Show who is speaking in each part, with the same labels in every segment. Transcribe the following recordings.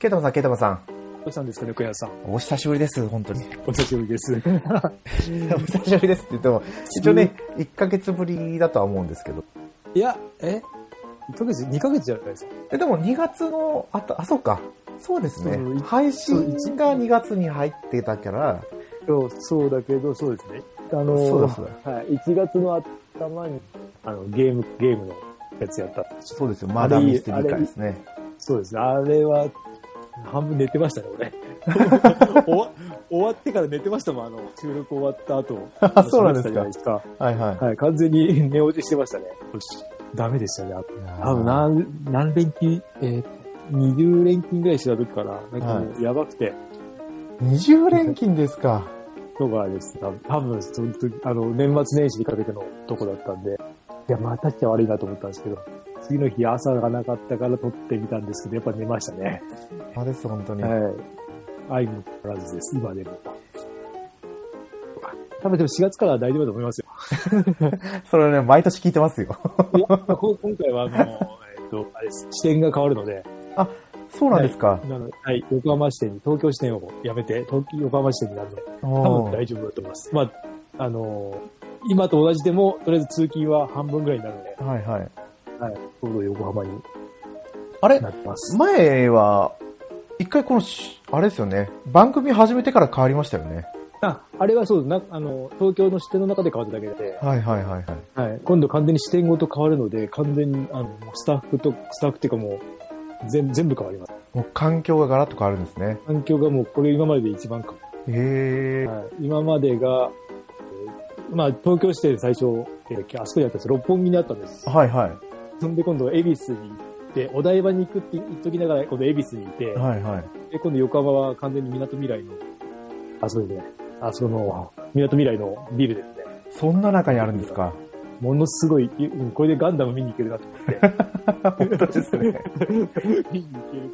Speaker 1: ケイタマンさん、ケイタマンさん。
Speaker 2: どうしたんですかね、奥谷さん。
Speaker 1: お久しぶりです、本 当に。
Speaker 2: お久しぶりです。
Speaker 1: お久しぶりですって言っても、一応ね、1ヶ月ぶりだとは思うんですけど。
Speaker 2: いや、え ?1 ヶ月 ?2 ヶ月じゃないですか。
Speaker 1: え、でも2月の、あと、あ、そうか。そうですね
Speaker 2: そうい。
Speaker 1: 配信が2月に入ってたから、
Speaker 2: そうそうだけど、そうですね。あの
Speaker 1: そうだそう
Speaker 2: はい、1月の頭に、あの、ゲーム、ゲームのやつやった。
Speaker 1: そうですよ。まだ
Speaker 2: あれ
Speaker 1: ミステリー会ですね。
Speaker 2: そうですね。あれは、半分寝てましたね、 俺。終わ終わってから寝てましたもん、あの、収録終わった 後。
Speaker 1: あそうなんですか
Speaker 2: 話してたじゃない
Speaker 1: はいはい
Speaker 2: ですか。。はい、完全に寝落ちしてましたね。ダメでしたね。あの、何、何連勤、えー、20連勤ぐらい調べたから、なんかもうやばくて、
Speaker 1: 20連勤ですか。
Speaker 2: とかです。多分多分、その時、あの、年末年始にかけてのとこだったんで、いや、また来ちゃ悪いなと思ったんですけど、次の日朝がなかったから撮ってみたんですけど、やっぱ寝ましたね。
Speaker 1: あれです、本当に。
Speaker 2: はい。愛も変わらずです、今でも。多分でも4月からは大丈夫だと思い ますよ。
Speaker 1: それね、毎年聞いてますよ。
Speaker 2: いやこ今回はあの、えっと、あれです。視点が変わるので、
Speaker 1: そうなんですか。
Speaker 2: なので、はい、横浜支店に、東京支店をやめて、東京横浜支店になるので、多
Speaker 1: お
Speaker 2: 分
Speaker 1: ー
Speaker 2: 大丈夫だと思います。まあ、あの、今と同じでも、とりあえず通勤は半分ぐらいになるので、
Speaker 1: はいはい。
Speaker 2: はい、ちょうど横浜に
Speaker 1: あれ
Speaker 2: なってます。
Speaker 1: 前は、一回このし、あれですよね。番組始めてから変わりましたよね。
Speaker 2: あ、あれはそうです。なあの、東京の支店の中で変わっただけで、
Speaker 1: はいはいはいはい。
Speaker 2: はい、今度完全に視点ごと変わるので、完全にあのもうスタッフと、スタッフっていうかもう全全部変わります。
Speaker 1: もう環境がガラッと変わるんですね。
Speaker 2: 環境がもうこれ今までで一番か、
Speaker 1: へえ。
Speaker 2: はい、今までが、えーまあ東京支店最初、えーあそこにあったんです六本木にあったんです。
Speaker 1: はいはい。
Speaker 2: そんで今度恵比寿に行って、お台場に行くって言っときながら、今度恵比寿にいて、
Speaker 1: はいはい。
Speaker 2: で今度横浜は完全に港未来の、あ、そうですね。あそこの、港未来のビルですね。
Speaker 1: そんな中にあるんですか。
Speaker 2: ものすごい、うんこれでガンダム見に行けるなと思って。
Speaker 1: 本当ですね。
Speaker 2: 見に行ける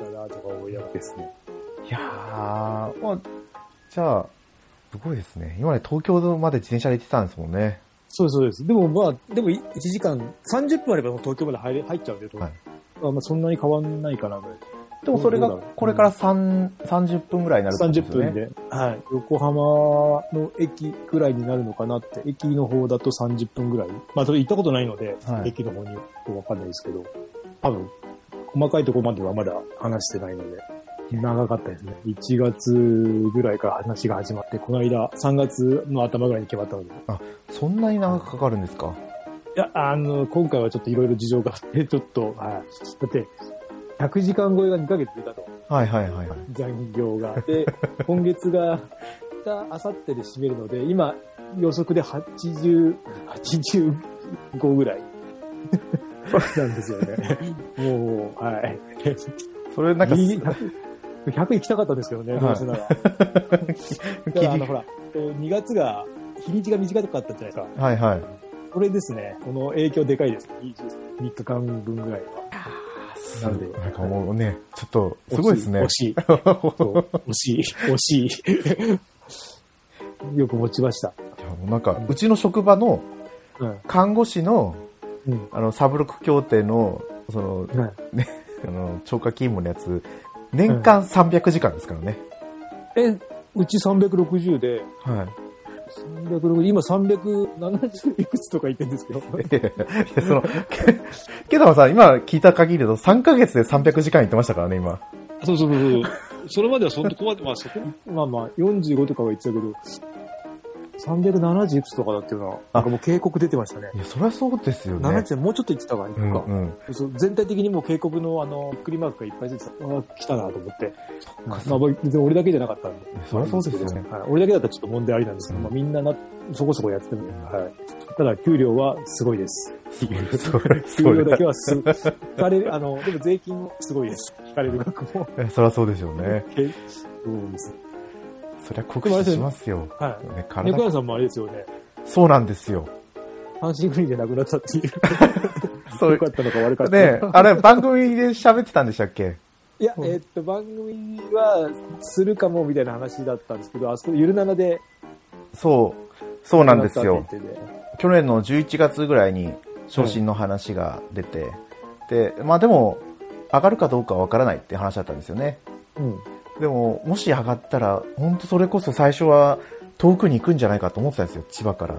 Speaker 2: かなとか思いながらですね。
Speaker 1: いやー、まあ、じゃあ、すごいですね。今ね、東京まで自転車で行ってたんですもんね。
Speaker 2: そうですそうです。でもまあ、でも1時間、30分あればもう東京まで入れ入っちゃうんで、と
Speaker 1: はい
Speaker 2: あまあ、そんなに変わんないかなぐらい。
Speaker 1: でもそれが、これから3、30分ぐらいになるってことで
Speaker 2: 30
Speaker 1: すよね
Speaker 2: 分。で、はい、横浜の駅ぐらいになるのかなって、駅の方だと30分ぐらい。まあ、それ行ったことないので、
Speaker 1: はい
Speaker 2: 駅の方にわかんないですけど、多分、細かいところまではまだ話してないので、長かったですね。1月ぐらいから話が始まって、この間、3月の頭ぐらいに決まったので、
Speaker 1: そんなに長くかかるんですか
Speaker 2: いや、あの、今回はちょっといろいろ事情があって、ちょっと、はい。だって、100時間超えが2ヶ月出たと、
Speaker 1: はいはいはいはい。
Speaker 2: 残業が。で、今月が、があさってで締めるので、今、予測で80、85ぐらい。なんですよね。もう、はい。
Speaker 1: それなんか、
Speaker 2: ギリギリ100 100行きたかったんですけどね、どうせなら。だからあの、ほら、2月が、日にちが短かったじゃないですか。
Speaker 1: はいはい。
Speaker 2: これですね。この影響でかいです。20 3日間分ぐらいは。なので
Speaker 1: なんかもうね、ちょっと、すごいですね
Speaker 2: 惜。しい。そう惜しい。惜しい。よ く持ちました。
Speaker 1: いやもうなんか、うちの職場の
Speaker 2: うん。
Speaker 1: 看護師の、
Speaker 2: うん。
Speaker 1: あの、サブロック協定の、その、
Speaker 2: はい
Speaker 1: あの、超過勤務のやつ、年間300時間ですからね。
Speaker 2: え、うち360で、
Speaker 1: はい。
Speaker 2: 360今370いくつとか言ってるんですけど。
Speaker 1: いやいやその、けけどもさん、今聞いた限りだと3ヶ月で300時間行ってましたからね、今。
Speaker 2: そうそうそう
Speaker 3: それまではそんなこまで、まあそこ、
Speaker 2: まあまあ、45とかは言ってたけど、370いくつとかだっていうのは、なんかもう警告出てましたね。
Speaker 1: いや、そりゃそうですよね。
Speaker 2: 70もうちょっと言ってたから、いく
Speaker 1: う
Speaker 2: か。
Speaker 1: んうん。
Speaker 2: そう全体的にもう警告のあの、びっくりマークがいっぱい出てた。ああ、来たなと思って。まあ、別に俺だけじゃなかったんで。
Speaker 1: そりゃそうですよね。
Speaker 2: はい。俺だけだったらちょっと問題ありなんですけど、
Speaker 1: うん
Speaker 2: まあみんなな、そこそこやってても、はい。ただ、給料はすごいです。
Speaker 1: そりゃそりゃ
Speaker 2: 給
Speaker 1: そう
Speaker 2: 料だ
Speaker 1: だ
Speaker 2: けは す、引かれる、あの、でも税金もすごいです。引かれる額も。
Speaker 1: えそりゃそうでしょうね。
Speaker 2: けそうです。
Speaker 1: そりゃ酷使しますよ。
Speaker 2: は
Speaker 1: ね、
Speaker 2: い。猫
Speaker 1: 体
Speaker 2: 屋さんもあれですよね。
Speaker 1: そうなんですよ。
Speaker 2: 阪神グリーンじゃなくなったっていう。
Speaker 1: そう
Speaker 2: 良かったのか悪かったのか。
Speaker 1: ねあれ、番組で喋ってたんでしたっけ
Speaker 2: いや、えーっと、番組はするかもみたいな話だったんですけど、あそこ、ゆるななで、
Speaker 1: そう、そうなんです
Speaker 2: なっ
Speaker 1: よ。
Speaker 2: たって言ってて
Speaker 1: 去年の11月ぐらいに昇進の話が出て、で、まあでも、上がるかどうかはわからないって話だったんですよね。
Speaker 2: うん。
Speaker 1: でも、もし上がったら、ほんとそれこそ最初は遠くに行くんじゃないかと思ってたんですよ、千葉から。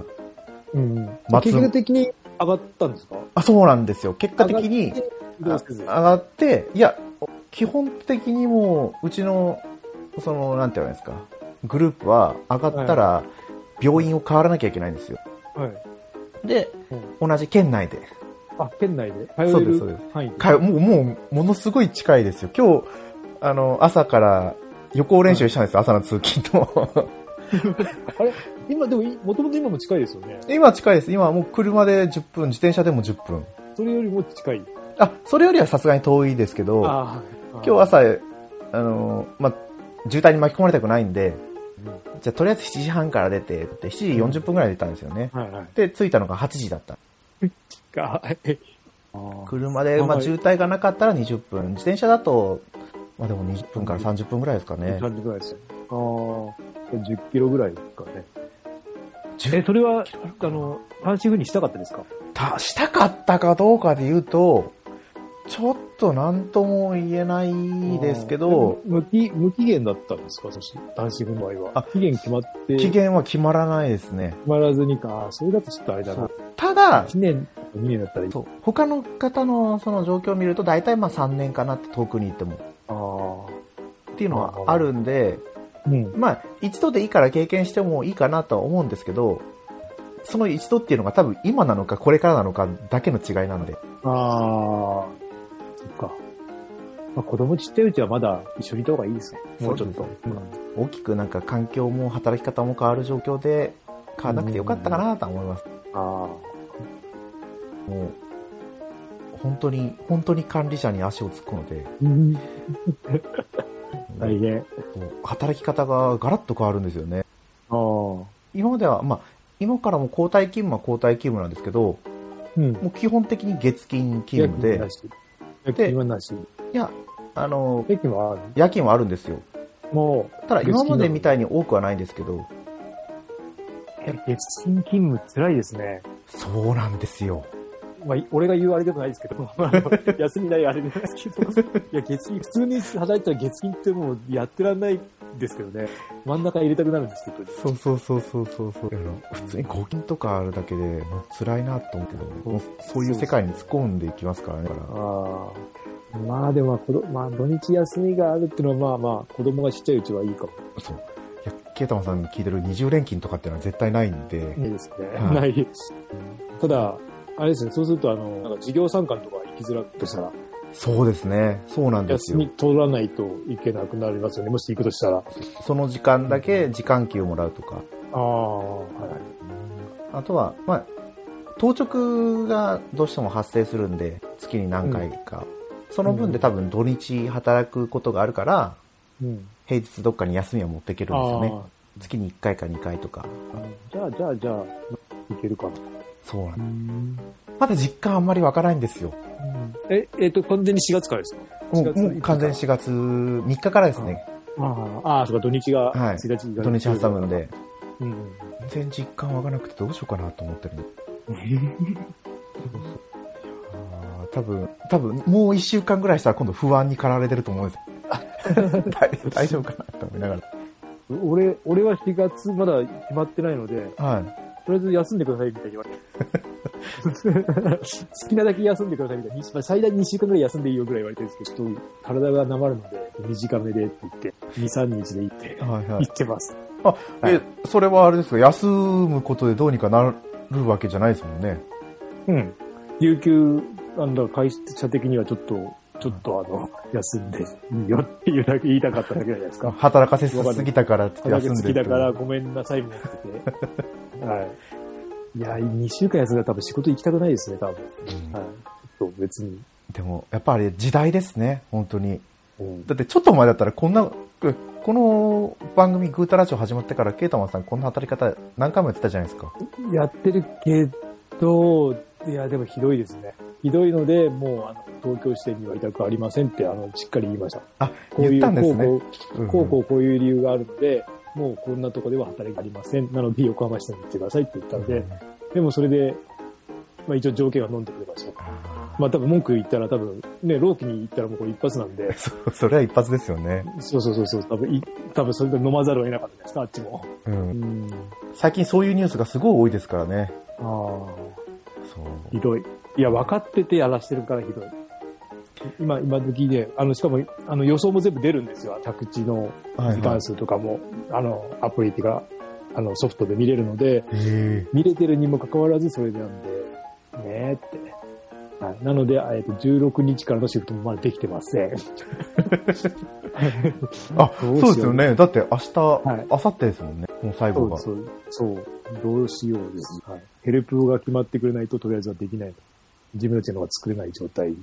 Speaker 2: うん。
Speaker 1: 松
Speaker 2: 結局的に上がったんですか
Speaker 1: あ、そうなんですよ。結果的に、
Speaker 2: 移動
Speaker 1: あ
Speaker 2: せず
Speaker 1: 上がって、いや、基本的にもう、うちの、その、なんて言うんですか、グループは上がったら、病院を変わらなきゃいけないんですよ。
Speaker 2: はい。
Speaker 1: で、同じ県内で。
Speaker 2: あ、県内で通
Speaker 1: そう
Speaker 2: え
Speaker 1: です
Speaker 2: る
Speaker 1: そうです
Speaker 2: 範囲で。
Speaker 1: かもう、もう、ものすごい近いですよ。今日、あの、朝から予行練習したんですよ、朝の通勤と。
Speaker 2: 今、でも、もともと今も近いですよね。
Speaker 1: 今近いです。今はもう車で10分、自転車でも10分。
Speaker 2: それよりも近い。
Speaker 1: あ、それよりはさすがに遠いですけど、
Speaker 2: ああ。
Speaker 1: 今日、朝、あの、まあ、渋滞に巻き込まれたくないんで、じゃあとりあえず7時半から出てって、7時40分ぐらいで出たんですよね。
Speaker 2: はいはい。
Speaker 1: で、着いたのが8時だった。
Speaker 2: あえあ
Speaker 1: 車で、
Speaker 2: あ
Speaker 1: ま
Speaker 2: は
Speaker 1: あ、
Speaker 2: い
Speaker 1: 渋滞がなかったら20分。自転車だと、まあ、でも20分から30分ぐらいですかね。
Speaker 2: 感じぐらいですね。ああ、10キロぐらいですかね。
Speaker 1: 10
Speaker 2: え、それは、あの、単身赴任したかったですか
Speaker 1: た、したかったかどうかで言うと、ちょっと何とも言えないですけど、
Speaker 2: 無期、無期限だったんですかそして、単身赴任の場合は。
Speaker 1: あ
Speaker 2: 期限決まって、
Speaker 1: 期
Speaker 2: 決
Speaker 1: 限は決まらないですね。
Speaker 2: まらずにか。あーそれだとちょっとあれだ
Speaker 1: そ
Speaker 2: な
Speaker 1: う。ただ、
Speaker 2: 1年、2年だったらいい。
Speaker 1: そう他の方のその状況を見ると、大体まあ3年かなって遠くに行っても。
Speaker 2: ああ。
Speaker 1: っていうのはあるんで、
Speaker 2: うん。
Speaker 1: まあ、一度でいいから経験してもいいかなとは思うんですけど、その一度っていうのが多分今なのかこれからなのかだけの違いなんで。
Speaker 2: ああ。そっか。まあ、子供ちっちゃいうちはまだ一緒にいた方がいいですね。もうちょっと。
Speaker 1: そうですね大きくなんか環境も働き方も変わる状況で変わらなくてよかったかなとは思います。
Speaker 2: あ
Speaker 1: もう、本当に、本当に管理者に足を突っ込んで、
Speaker 2: あ。大変。
Speaker 1: もう働き方がガラッと変わるんですよね。
Speaker 2: ああ。
Speaker 1: 今までは、まあ、今からも交代勤務は交代勤務なんですけど、
Speaker 2: うん。
Speaker 1: もう基本的に月金勤務で、
Speaker 2: 夜
Speaker 1: で
Speaker 2: 勤はなし。
Speaker 1: いや、あの、
Speaker 2: 夜勤はある。
Speaker 1: 夜勤はあるんですよ。
Speaker 2: も
Speaker 1: ただ今までみたいに多くはないんですけど、
Speaker 2: う、月金勤務辛いですね。
Speaker 1: そうなんですよ。
Speaker 2: まあ、俺が言うあれでもないですけど、 まああの休みないあれでもないですけど、 いや、月金、普通に働いてたら月金ってもうやってらんないですけどね。真ん中入れたくなるんですけど。
Speaker 1: そうそうそうそうそうそう。あの普通に五金とかあるだけで、もう辛いなと思うけど、もうそういう世界に突っ込んでいきますからね。だから
Speaker 2: ああ。まあでも、子供、まあ土日休みがあるっていうのはまあまあ、子供がちっちゃいうちはいいかも。
Speaker 1: そう。いや、ケイタマンさん聞いてる二重連勤とかってのは絶対ないんで、
Speaker 2: いいですね。
Speaker 1: はい
Speaker 2: ないです。ただ、あれですね、そうすると、あの、なんか事業参観とか行きづらくとしたら、
Speaker 1: そうですね。そうなんです
Speaker 2: 休
Speaker 1: よ
Speaker 2: み。取らないといけなくなりますよね、もし行くとしたら。あ
Speaker 1: その時間だけ時間給をもらうとか。
Speaker 2: あ、はい。
Speaker 1: あとは、まあ、当直がどうしても発生するんで、月に何回か。その分で多分土日働くことがあるから、
Speaker 2: うん。
Speaker 1: 平日どっかに休みを持っていけるんですよね。
Speaker 2: あ
Speaker 1: 月に1回か2回とか。
Speaker 2: あじゃあ、じゃあ、じゃあ、行けるかな。
Speaker 1: そうなんまだ実感あんまり湧かないんですよ。
Speaker 2: え、えっ、と、完全に4月からですか
Speaker 1: も
Speaker 2: 4
Speaker 1: う
Speaker 2: 月
Speaker 1: もう完全に4月3日からですね。
Speaker 2: ああ、ああ、そうか、土日が、
Speaker 1: はい
Speaker 2: 1日が。
Speaker 1: 土日挟むんで。
Speaker 2: うん。
Speaker 1: 全然実感湧かなくてどうしようかなと思ってるの。 あー多分、多分、もう1週間ぐらいしたら今度不安に駆られてると思うんですよ。大大丈夫かなと思いなが
Speaker 2: 俺、俺は4月まだ決まってないので、
Speaker 1: ら。はい。
Speaker 2: とりあえず休んでくださいみたいに言われて。 好きなだけ休んでくださいみたいな。まあ最大2週間ぐらい休んでいいよぐらい言われてるんですけど、ちょっと体がなまるので、短めでって言って、2、3日で行って、
Speaker 1: はいは
Speaker 2: 行
Speaker 1: い。
Speaker 2: ってます。は
Speaker 1: え
Speaker 2: い、
Speaker 1: それはあれですか、休むことでどうにかなるわけじゃないですもんね。
Speaker 2: うん。有給、なんだ、会社的にはちょっと、ちょっとあの、休んでいいよっていうだけ言いたかっただけじゃないですか。
Speaker 1: 働かせすぎたからって
Speaker 2: だ け
Speaker 1: 休んで
Speaker 2: 好き
Speaker 1: る
Speaker 2: だからごめんなさいも言って て。はい。いや、2週間休んだら多分仕事行きたくないですね、多分。
Speaker 1: うん
Speaker 2: はい。ちょっと別に。
Speaker 1: でも、やっぱり時代ですね、本当に。
Speaker 2: うん
Speaker 1: だってちょっと前だったらこんな、この番組グータラジオ始まってから、ケイタマンさんこんな働き方何回もやってたじゃないですか。
Speaker 2: やってるけど、いや、でもひどいですね。ひどいので、もう、あの、東京支店には委託ありませんって、あの、しっかり言いました。
Speaker 1: あ、
Speaker 2: こう
Speaker 1: 言
Speaker 2: い
Speaker 1: っ
Speaker 2: う、
Speaker 1: たんですね。
Speaker 2: こうこう、こうこ
Speaker 1: う
Speaker 2: う、こういう理由があるので、もうこんなとこでは働きありません。なので、横浜支店に行ってくださいって言った
Speaker 1: ん
Speaker 2: の
Speaker 1: うん
Speaker 2: で、でもそれで、まあ一応条件は飲んでくれました。
Speaker 1: あ
Speaker 2: まあ多分文句言ったら多分、ね、老期に行ったらもうこれ一発なん で、
Speaker 1: そそれは一発ですよね。
Speaker 2: そうそうそうそう、多分い、多分それで飲まざるを得なかったですか、あっちも。
Speaker 1: う。
Speaker 2: うんん。
Speaker 1: 最近そういうニュースがすごい多いですからね。
Speaker 2: ああ。
Speaker 1: そう。
Speaker 2: ひどい。いや、分かっててやらしてるからひどい。今、今時で、あの、しかも、あの、予想も全部出るんですよ。着地の
Speaker 1: はいは
Speaker 2: 時
Speaker 1: い
Speaker 2: 間。数とかも、あの、アプリが、あの、ソフトで見れるので、
Speaker 1: え
Speaker 2: 見れてるにもかかわらずそれなんで、ねえって。はい、なので、えっと、16日からのシフトもまだできてません。
Speaker 1: ー あ、
Speaker 2: どうしよう
Speaker 1: そうですよね。だって明日、
Speaker 2: い
Speaker 1: 明後日ですもんね。もう最
Speaker 2: そ
Speaker 1: 後
Speaker 2: う
Speaker 1: が。
Speaker 2: そう、そう、どうしようです。はい、ヘルプが決まってくれないと、とりあえずはできない。自分たちのが作れない状態で。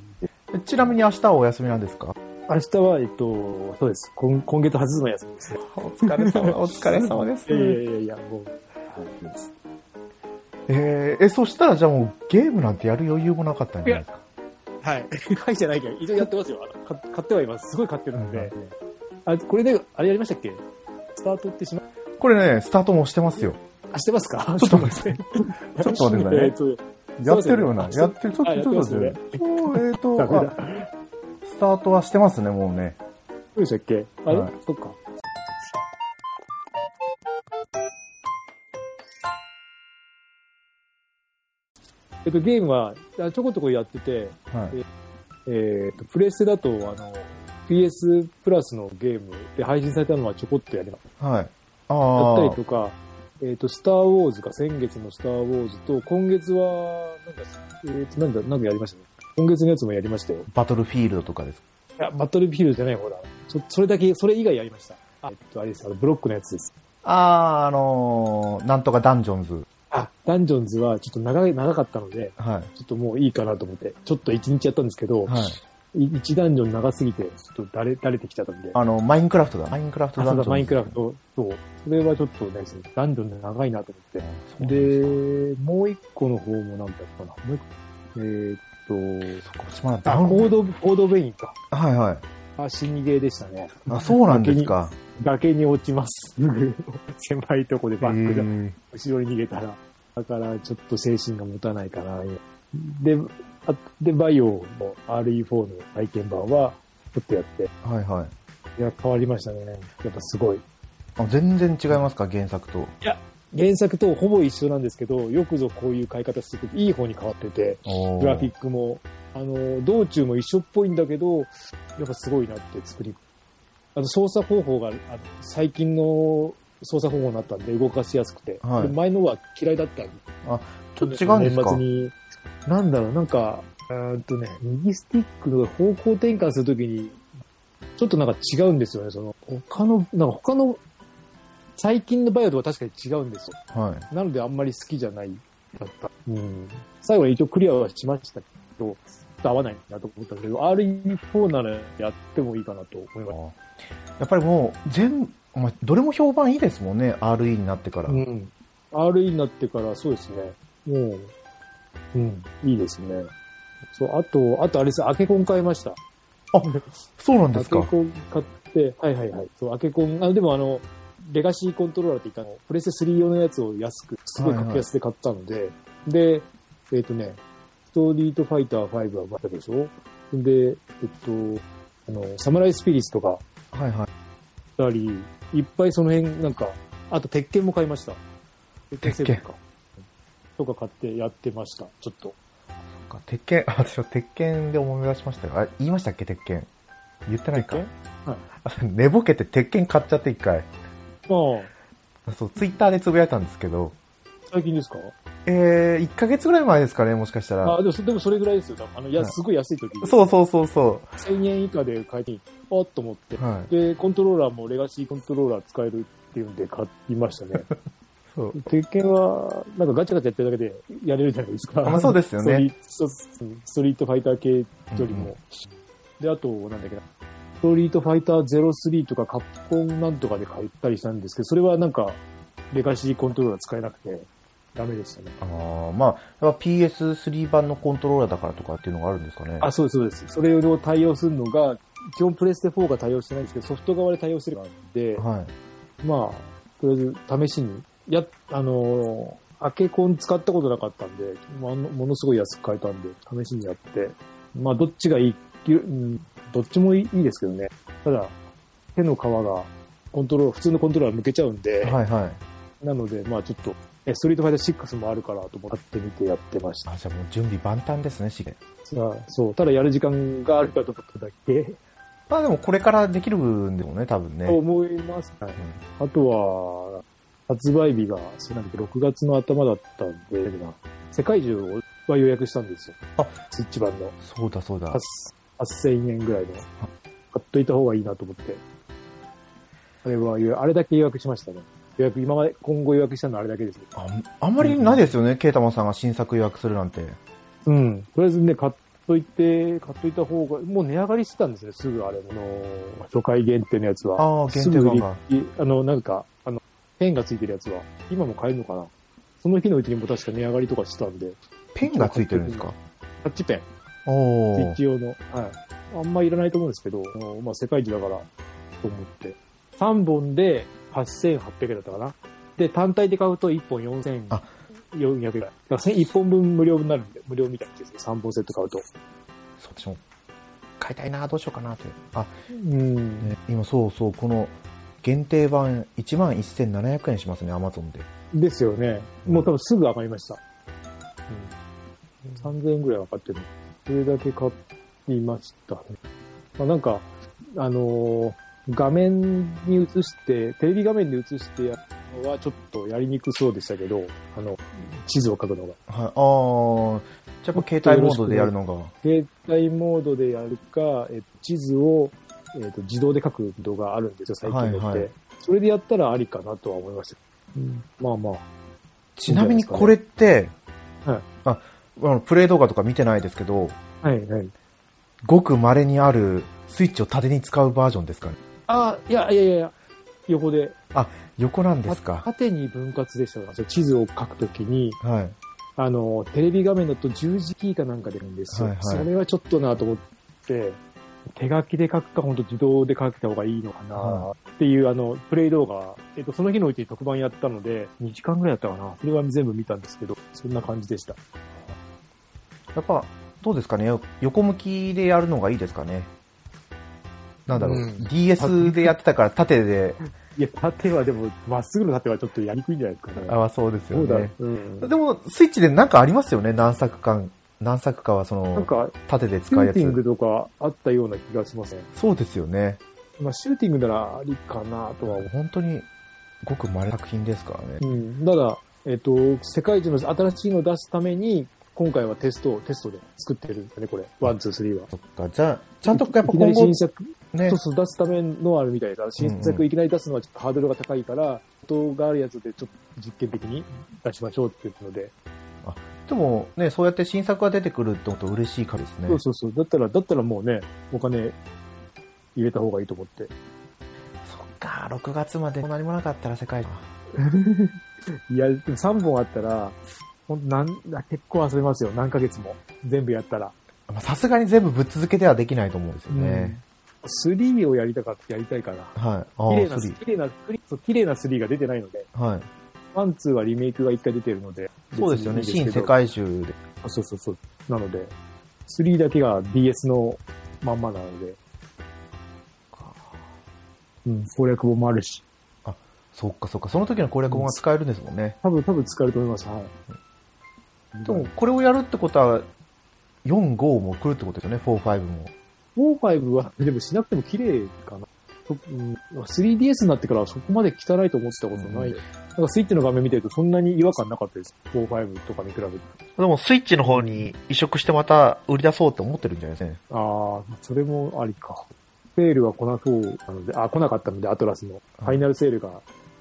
Speaker 1: えちなみに明日はお休みなんです か
Speaker 2: 明日は、えっと、そうです。今今月初の休みですね。
Speaker 1: お疲れ様、お疲れ様で
Speaker 2: いやいやいやいや、もう。はい
Speaker 1: えー、え、そしたらじゃあもうゲームなんてやる余裕もなかったんじゃないですか。
Speaker 2: はい。はいじゃないけど、一応やってますよ。あのか買ってはいます。すごい買ってるん
Speaker 1: うん
Speaker 2: で。あ、これで、あれやりましたっけスタートってしま、
Speaker 1: これね、スタートも押してますよ。
Speaker 2: あ、してますか
Speaker 1: ちょっと待
Speaker 2: 待って。
Speaker 1: ちょっと待ってくださいね
Speaker 2: えっと、
Speaker 1: やってるよな。
Speaker 2: すい
Speaker 1: や
Speaker 2: ま
Speaker 1: っ
Speaker 2: せ
Speaker 1: て
Speaker 2: ん
Speaker 1: る、ちょっと、
Speaker 2: あ
Speaker 1: ち
Speaker 2: やって
Speaker 1: ょ
Speaker 2: ま
Speaker 1: っ
Speaker 2: す
Speaker 1: と待っ
Speaker 2: よね
Speaker 1: て。そうえっと、
Speaker 2: ダメだ。
Speaker 1: あスタートはしてますね、もうね。
Speaker 2: どうでしたっけあれ、
Speaker 1: はい
Speaker 2: そっか。えっと、ゲームはあちょこちょこやってて、
Speaker 1: はい。
Speaker 2: えーっとプレステだと、あの、PS プラスのゲームで配信されたのはちょこっとやりま
Speaker 1: はい。あ
Speaker 2: やった
Speaker 1: あ
Speaker 2: りとか、えっ、と、スターウォーズか、先月のスターウォーズと、今月は、なんか、えっ、と、なんだ、なんかやりましたね。今月のやつもやりましたよ。
Speaker 1: バトルフィールドとかです。
Speaker 2: いや、バトルフィールドじゃない方だ。そ、それだけ、それ以外やりました。あえっと、あれです、あの、ブロックのやつです。
Speaker 1: ああ、あのー、なんとかダンジョンズ。
Speaker 2: あ、ダンジョンズはちょっと長い、長かったので、
Speaker 1: はい。
Speaker 2: ちょっともういいかなと思って、ちょっと一日やったんですけど、
Speaker 1: はい。
Speaker 2: い一ダンジョン長すぎて、ちょっとだれ、だれてきちゃったんで。
Speaker 1: あの、マインクラフトだ。マインクラフト
Speaker 2: あ、
Speaker 1: ダ
Speaker 2: そ
Speaker 1: ン
Speaker 2: う
Speaker 1: ジョンズ。
Speaker 2: だ、マインクラフト。そう。それはちょっとね、ダンジョン長いなと思って。
Speaker 1: そうなん
Speaker 2: で
Speaker 1: ですか。、
Speaker 2: もう一個の方もなんだったかな。もう一個。えーっと、
Speaker 1: こっちまだダ
Speaker 2: あ、
Speaker 1: ウン
Speaker 2: コード、コードベインか。
Speaker 1: はいはい。
Speaker 2: あ、死にゲーでしたね。
Speaker 1: あ、そうなんですか。
Speaker 2: 崖に落ちます。 狭いとこでバックが
Speaker 1: へー
Speaker 2: 後ろに逃げたら。だから、ちょっと精神が持たないかな。で、あで、バイオの RE4 の体験版は、ちょっとやって。
Speaker 1: はいはい。
Speaker 2: いや、変わりましたね。やっぱすごい。
Speaker 1: あ全然違いますか、原作と。
Speaker 2: 原作とほぼ一緒なんですけど、よくぞこういう買い方してくいい方に変わってて、グ
Speaker 1: グ
Speaker 2: ラフィックも、あの、道中も一緒っぽいんだけど、やっぱすごいなって作り。あの、操作方法が、あの最近の操作方法になったんで、動かしやすくて。
Speaker 1: はい
Speaker 2: で前のは嫌いだったんで
Speaker 1: ちょっと違うんですか
Speaker 2: 年末に、なんだろう、なんか、うーんとね、右スティックの方向転換するときに、ちょっとなんか違うんですよね。その、他の、なんか他の、最近のバイオとは確かに違うんですよ。
Speaker 1: はい。
Speaker 2: なのであんまり好きじゃないだった。うん。最後に一応クリアはしましたけど、ちょっと合わないなと思ったんだけど、RE4 ならやってもいいかなと思いまし
Speaker 1: やっぱりもう、全、まあ、どれも評判いいですもんね、RE になってから。
Speaker 2: た。うん。RE になってからそうですね。もう、うん、いいですね。そう、あと、あとあれです、アケコン買いました。
Speaker 1: そうなんですか
Speaker 2: アケ。コン買って、はいはいはい。そう、アケコン、あでもあの、レガシーコントローラーって言ったの、プレステ3用のやつを安く、すごい格安で買ったので、で、えっ、とね、ストリートファイター5はまたでしょで、えっと、あの、サムライスピリッツとか、
Speaker 1: はいはい。
Speaker 2: やったり、いっぱいその辺、なんか、あと、鉄拳も買いました。
Speaker 1: 鉄拳
Speaker 2: セブンか。とか買ってやってました、ちょっと。
Speaker 1: そっか鉄拳、 あ私は鉄拳で思い出しましたよ。あ、言いましたっけ、鉄拳。言ってないか。
Speaker 2: 鉄
Speaker 1: あ 寝ぼけて鉄拳買っちゃって一回。
Speaker 2: ああ、
Speaker 1: そう、ツイッターでつぶやいたんですけど、
Speaker 2: 最近ですか
Speaker 1: えー、1ヶ月ぐらい前ですかね、もしかした
Speaker 2: あ
Speaker 1: ら。
Speaker 2: でもそ、でもそれぐらいですよ。多分あの、いや、
Speaker 1: はい
Speaker 2: すごい安い時。
Speaker 1: そうそうそうそ
Speaker 2: 1000円以下で買えて、あっと思って
Speaker 1: う。。はい。
Speaker 2: で、コントローラーもレガシーコントローラー使えるっていうんで買いました ね。
Speaker 1: そう。
Speaker 2: 鉄拳は、なんかガチャガチャやってるだけでやれるじゃないですか。
Speaker 1: あまあそうですよね
Speaker 2: ストリ。そうストリートファイター系よりも。で、あと、なんだっけな。ストリートファイター03とかカプコンなんとかで買ったりしたんですけど、それはなんか、レガシーコントローラー使えなくて、ダメでしたね。
Speaker 1: あーまあ、やっぱ PS3 版のコントローラーだからとかっていうのがあるんですかね。
Speaker 2: あ、そうです、そうです。それを対応するのが、基本プレステ4が対応してないんですけど、ソフト側で対応してるので、
Speaker 1: はい。
Speaker 2: まあ、とりあえず試しに、や、あのーアケコン使ったことなかったんで、まああのものすごい安く買えたんで、試しにやって、まあ、どっちがいい、ゆうん、どっちもいいいいですけどね。ただ、手の皮が、コントローラー、普通のコントローラー向けちゃうんで、
Speaker 1: はいはい。
Speaker 2: なので、まあちょっと、えストリートファイター6もあるからと思ってみてやってました。
Speaker 1: あ、じゃあもう準備万端ですね、しげ。
Speaker 2: さあそう、ただやる時間があるかどうかだけ、
Speaker 1: まあでもこれからできるんでもね、多分ね。
Speaker 2: と思います。はいあとは、発売日が、そうなんだけど、6月の頭だったんで、世界中は予約したんですよ。
Speaker 1: あ
Speaker 2: スイッチ版の
Speaker 1: そうだそうだ
Speaker 2: 8。8000円ぐらいの。買っといた方がいいなと思って。あれは予約、あれだけ予約しましたね。予約、今まで、今後予約したのはあれだけですね。
Speaker 1: ああんまりないですよね、ケイタマンさんが新作予約するなんて。
Speaker 2: うん。とりあえずね、買っといて、買っといた方が、もう値上がりしてたんですね、すぐあれ、あの、初回限定のやつは。
Speaker 1: ああ、限定版が。
Speaker 2: すぐ売り切りあの、なんか、あの、ペンがついてるやつは、今も買えるのかなその日のうちにも確か値上がりとかしてたんで、
Speaker 1: ペンがついてるんですか
Speaker 2: タッチペン、
Speaker 1: お
Speaker 2: スイッ
Speaker 1: ー
Speaker 2: チ用の、はい。あんまいらないと思うんですけど、あのまあ、世界中だから、と思って。3本で8800円だったかな。で、単体で買うと1本4400円。
Speaker 1: あ
Speaker 2: 400円ぐらい。だから1本分無料になるんで、無料みたいなですね。3本セット買うと。
Speaker 1: そう私も買いたいな、どうしようかなという。あ、
Speaker 2: うん。
Speaker 1: ね今そうそう、この限定版1万1700円しますね、アマゾンで。
Speaker 2: ですよね。もう多分すぐ上がりました。うん。3000円ぐらい上がってる。それだけ買いましたね。まあ、なんか、あのー画面に映して、テレビ画面で映してやるのはちょっとやりにくそうでしたけど、あの、地図を書く
Speaker 1: は
Speaker 2: のが。
Speaker 1: い、あーじゃあやっぱ携帯モードでやるのが。
Speaker 2: 携帯モードでやるか、えっと、地図を、えっと、自動で書く動画あるんですよ、最近のって。
Speaker 1: はいはい
Speaker 2: それでやったらありかなとは思いました。まあまあ。
Speaker 1: ちなみにこれって、
Speaker 2: はい
Speaker 1: ああのプレイ動画とか見てないですけど、
Speaker 2: はいはい。
Speaker 1: ごく稀にあるスイッチを縦に使うバージョンですかね。
Speaker 2: ああ、いやいやいや、横で。
Speaker 1: 横なんですか。
Speaker 2: 縦に分割でしたから、その地図を書くときに、
Speaker 1: はい。
Speaker 2: あの、テレビ画面だと十字キーかなんか出るんですよ。
Speaker 1: はいはい
Speaker 2: それはちょっとなと思って、手書きで書くか、本当自動で書けた方がいいのかな
Speaker 1: は
Speaker 2: っていう、あの、プレイ動画、えっと、その日のうちに特番やったので、2時間ぐらいやったかな。それは全部見たんですけど、そんな感じでした。
Speaker 1: やっぱ、どうですかね。よ横向きでやるのがいいですかね。なんだろう。
Speaker 2: うん
Speaker 1: DS でやってたから縦で、
Speaker 2: いや、縦はでも、まっすぐの縦はちょっとやりにくいんじゃないですかね。
Speaker 1: あはそうですよ
Speaker 2: そうだ、
Speaker 1: ね。
Speaker 2: うん。
Speaker 1: でも、スイッチでなんかありますよね。何作か、何作かはそ
Speaker 2: なん
Speaker 1: の、
Speaker 2: か、
Speaker 1: 縦で
Speaker 2: シ
Speaker 1: 使
Speaker 2: ュ
Speaker 1: う
Speaker 2: ー
Speaker 1: や
Speaker 2: ティング
Speaker 1: つ。
Speaker 2: とかあったような気がしません。
Speaker 1: そうですよね。
Speaker 2: まあ、シューティングならありかなとは思う。
Speaker 1: 本当に、ごく稀な作品ですからね。
Speaker 2: うん。ただ、えっ、と、世界一の新しいのを出すために、今回はテストを、テストで作ってるんだね、これ。ワン、ツー、スリーは。
Speaker 1: そっか。じゃあ、ちゃんとやっぱ
Speaker 2: いき
Speaker 1: 今
Speaker 2: なり
Speaker 1: 後
Speaker 2: 新、作、
Speaker 1: ね
Speaker 2: そう、そう出すためのあるみたいだ。新
Speaker 1: うん
Speaker 2: 作
Speaker 1: うん
Speaker 2: いきなり出すのはちょっとハードルが高いから、音があるやつでちょっと実験的に出しましょうっていうので。
Speaker 1: でもね、そうやって新作が出てくるってこと嬉しいからですね。
Speaker 2: そうそうそう。だったら、だったらもうね、お金入れた方がいいと 思って。
Speaker 1: そっか、6月まで何もなかったら世界。
Speaker 2: いや、でも3本あったら、ほんとなん、結構遊べますよ。何ヶ月も。全部やったら。
Speaker 1: まあさすがに全部ぶっ続けではできないと思うんですよね。
Speaker 2: 3をやりたかった、やりたいかな。
Speaker 1: はい。あ
Speaker 2: 綺麗
Speaker 1: ー
Speaker 2: な、
Speaker 1: スリー
Speaker 2: 綺麗な、綺麗そう綺麗な3が出てないので、
Speaker 1: はい。
Speaker 2: ワン、ツーはリメイクが1回出てるので、
Speaker 1: そうですよね。
Speaker 2: 別に
Speaker 1: 新
Speaker 2: いいんですけ
Speaker 1: 世
Speaker 2: ど
Speaker 1: 界中で。
Speaker 2: あそうそうそう。なので、3だけが DS のまんまなので、うん、攻略本もあるし、
Speaker 1: そっかそっか。その時の攻略本が使えるんですもんね。
Speaker 2: 多分、多分使えると思います。はい。
Speaker 1: でも、これをやるってことは、4、5も来るってことですよね。4、5も。
Speaker 2: 4、5は、でもしなくても綺麗かな。とうん、3DS になってからはそこまで汚いと思ってたことない。
Speaker 1: うん
Speaker 2: なんかスイッチの画面見てるとそんなに違和感なかったです。4、5とかに比べて。
Speaker 1: でも、スイッチの方に移植してまた売り出そうって思ってるんじゃないですかね。
Speaker 2: ああ、それもありか。セールは来なそうなので、あ、来なかったので、アトラスの。
Speaker 1: うん
Speaker 2: ファイナルセールが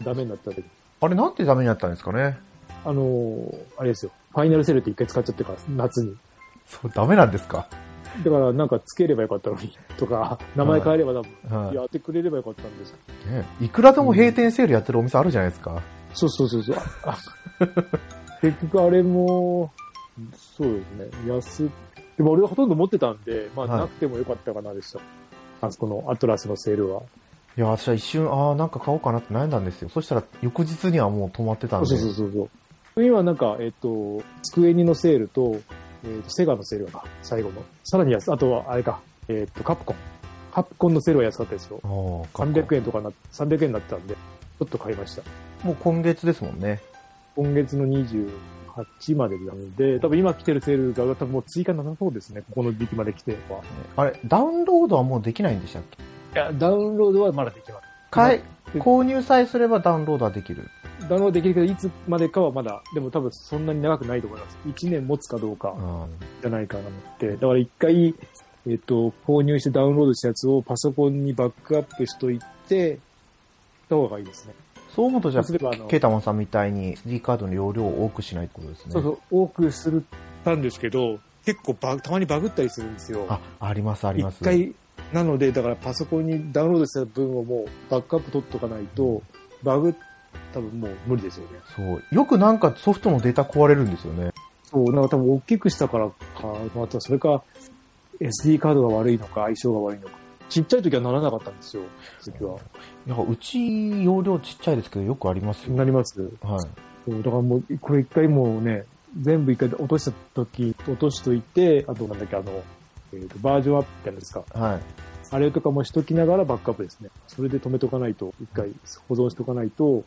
Speaker 2: ダメになった時。
Speaker 1: あれ、なんでダメになったんですかね。
Speaker 2: あのーあれですよ。ファイナルセールって一回使っちゃってから、夏に。
Speaker 1: そう、ダメなんですか。
Speaker 2: だからなんかつければよかったのに、とか、名前変えれば多分、
Speaker 1: はい
Speaker 2: やってくれればよかったんですけど。
Speaker 1: い。ねいくらでも閉店セールやってるお店あるじゃないですか。
Speaker 2: そうそうそうそう。あ結局あれも、そうですね。安っでも俺はほとんど持ってたんで、まあ
Speaker 1: はい
Speaker 2: なくてもよかったかなでした。あそこのアトラスのセールは。
Speaker 1: いや、私は一瞬、ああ、なんか買おうかなって悩んだんですよ。そしたら、翌日にはもう止まってたん
Speaker 2: そう
Speaker 1: で。
Speaker 2: そうそうそう。今はなんか、えっと、机にのセールと、えっと、セガのセールが最後の。さらに安、あとはあれか、えっと、カプコン。カプコンのセールは安かったですよ。
Speaker 1: おー
Speaker 2: 300円とかな、300円になってたんで、ちょっと買いました。
Speaker 1: もう今月ですもんね。
Speaker 2: 今月の28までなので、多分今来てるセールが、多分もう追加7方ですね、ここの時期まで来ては。
Speaker 1: あれ、ダウンロードはもうできないんでしたっけ
Speaker 2: いや、ダウンロードはまだできます。
Speaker 1: 買い、購入さえすればダウンロードはできる。
Speaker 2: ダウンロードできるけど、いつまでかはまだ、でも多分そんなに長くないと思います。1年持つかどうかじゃないかなと思って。だから一回、えっと、購入してダウンロードしたやつをパソコンにバックアップしといて、た方がいいですね。
Speaker 1: そう思うとじゃ
Speaker 2: そうすればあ
Speaker 1: あ、
Speaker 2: の
Speaker 1: ケータマンさんみたいに SD カードの容量を多くしないってことですね。
Speaker 2: そうそう、多くするたんですけど、結構バグたまにバグったりするんですよ。
Speaker 1: あ、ありますあります。
Speaker 2: 一回、なので、だからパソコンにダウンロードした分をもうバックアップ取っとかないと、バグ、多分もう無理ですよね。
Speaker 1: そう。よくなんかソフトのデータ壊れるんですよね。
Speaker 2: そう、なんか多分大きくしたからか、またそれか、SD カードが悪いのか、相性が悪いのか。ちっちゃい時はならなかったんですよ、時は。
Speaker 1: いや、うち容量ちっちゃいですけど、よくありますよ。
Speaker 2: なります。
Speaker 1: はい。
Speaker 2: そうだからもう、これ一回もうね、全部一回落とした時、落としといて、あとなんだっけ、あの、えーとバージョンアップってやつですか。
Speaker 1: はい。
Speaker 2: あれとかもしときながらバックアップですね。それで止めとかないと、一回保存しとかないと、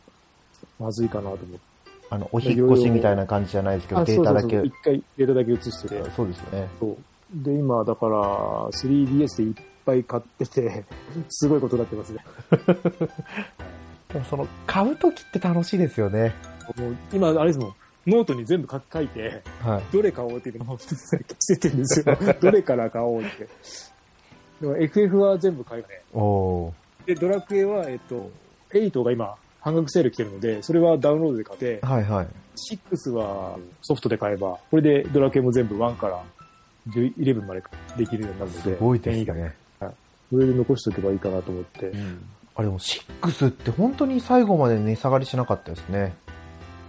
Speaker 2: まずいかなと思って。
Speaker 1: あの、お引っ越しみたいな感じじゃないですけど、
Speaker 2: あ
Speaker 1: データだ
Speaker 2: そうそ
Speaker 1: け
Speaker 2: うそう。一回データだけ移してて。
Speaker 1: そうですよね。
Speaker 2: そう。で、今、だから、3DS でいっぱい買ってて、 すごいことになってますね。
Speaker 1: でもその、買うときって楽しいですよね。
Speaker 2: もう、今、あれですもん。ノートに全部書き書いて、
Speaker 1: はい。
Speaker 2: どれ買おうっていうのを消しててんです よ。どれから買おうって。でも FF は全部買いね。
Speaker 1: おー。
Speaker 2: で、ドラクエは、えっと、8が今、半額セール来てるので、それはダウンロードで買って、
Speaker 1: はいはい。
Speaker 2: 6はソフトで買えば、これでドラケも全部1から11までできるようになるの
Speaker 1: す
Speaker 2: で、
Speaker 1: ごいですね。
Speaker 2: これで残しておけばいいかなと思って。
Speaker 1: あれでも6って本当に最後まで値下がりしなかったですね。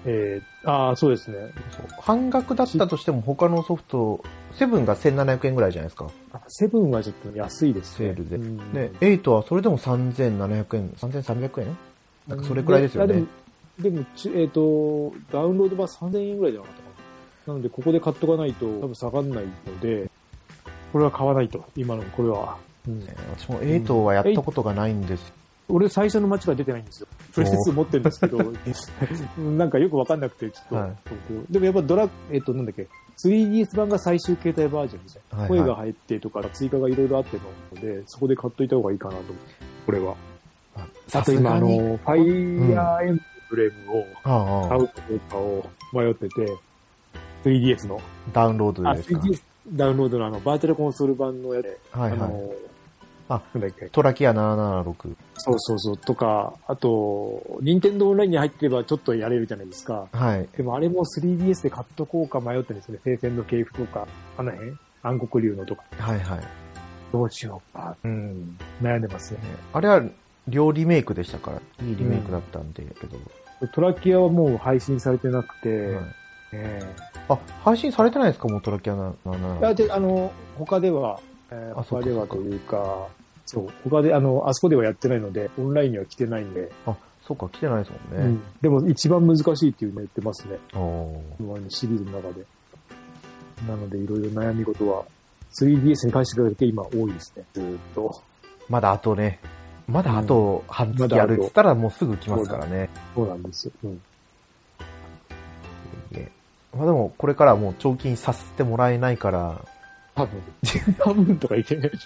Speaker 2: えー、ああ、そうですね。
Speaker 1: そう半額だったとしても他のソフト、7が1700円ぐらいじゃないですか。
Speaker 2: あセブンはちょっと安いですね。
Speaker 1: セールで
Speaker 2: うん
Speaker 1: で、8はそれでも3700円、3300円なんかそれくらいですよ
Speaker 2: いや
Speaker 1: ね。
Speaker 2: でも、でもちえっ、と、ダウンロード版3000円ぐらいじゃなかったかな。なので、ここで買っとかないと多分下がんないので、これは買わないと。今のこれは。うん
Speaker 1: 私も8はやったことがないんです。
Speaker 2: 俺最初の街が出てないんですよ。プレステ2持ってるんですけど、 なんかよくわかんなくて、ちょっと、
Speaker 1: はい
Speaker 2: でもやっぱドラ、えっと、なんだっけ、3DS 版が最終形態バージョンですね。
Speaker 1: はいはい
Speaker 2: 声が入ってとか、追加がいろいろあってので、そこで買っといた方がいいかなと思う。これは。あ
Speaker 1: さ
Speaker 2: と
Speaker 1: す
Speaker 2: 今、
Speaker 1: が
Speaker 2: あ
Speaker 1: に。
Speaker 2: の、ファイヤーエンブレムを
Speaker 1: ああ
Speaker 2: 買
Speaker 1: ああ
Speaker 2: うかどうかを迷ってて、3DS の、
Speaker 1: ダウンロード
Speaker 2: あ、
Speaker 1: でですか。
Speaker 2: 3DS ダウンロードのあの、バーチャルコンソール版のやつ、
Speaker 1: はい
Speaker 2: あ
Speaker 1: はい。
Speaker 2: の、
Speaker 1: あ
Speaker 2: なんだっけ、
Speaker 1: トラキア776。
Speaker 2: そうそうそう、とか、あと、任天堂オンラインに入ってればちょっとやれるじゃないですか。
Speaker 1: はい。
Speaker 2: でもあれも 3DS で買っとこうか迷ってるんですね。聖戦の系譜とか、あの辺暗黒竜のとか。
Speaker 1: はいはい。
Speaker 2: どうしようか。うん。悩んでますね。
Speaker 1: あれは、両リメイクでしたから、いいリメイクだったんで、けど。
Speaker 2: トラキアはもう配信されてなくて、
Speaker 1: はい
Speaker 2: ねえ
Speaker 1: あ、配信されてないですかもうトラキア
Speaker 2: いや
Speaker 1: 776。
Speaker 2: であの、他では、えー
Speaker 1: あそっ
Speaker 2: 他
Speaker 1: か
Speaker 2: ではというか、そう、他で、あの、あそこではやってないので、オンラインには来てないんで、
Speaker 1: あ、そうか、来てないですも
Speaker 2: うん
Speaker 1: ね。
Speaker 2: んでも一番難しいっていうの言ってますね。
Speaker 1: お
Speaker 2: あのシリーズの中で。なので、いろいろ悩み事は、3DS に関してだけ今多いですね。ずーっと。
Speaker 1: まだあとね、まだあと半月あるっつったらもうすぐ来ますからね。
Speaker 2: そうなんですよ。うん。
Speaker 1: ねまあでも、これからはもう長期にさせてもらえないから、
Speaker 2: 多分。 多分とかいけない。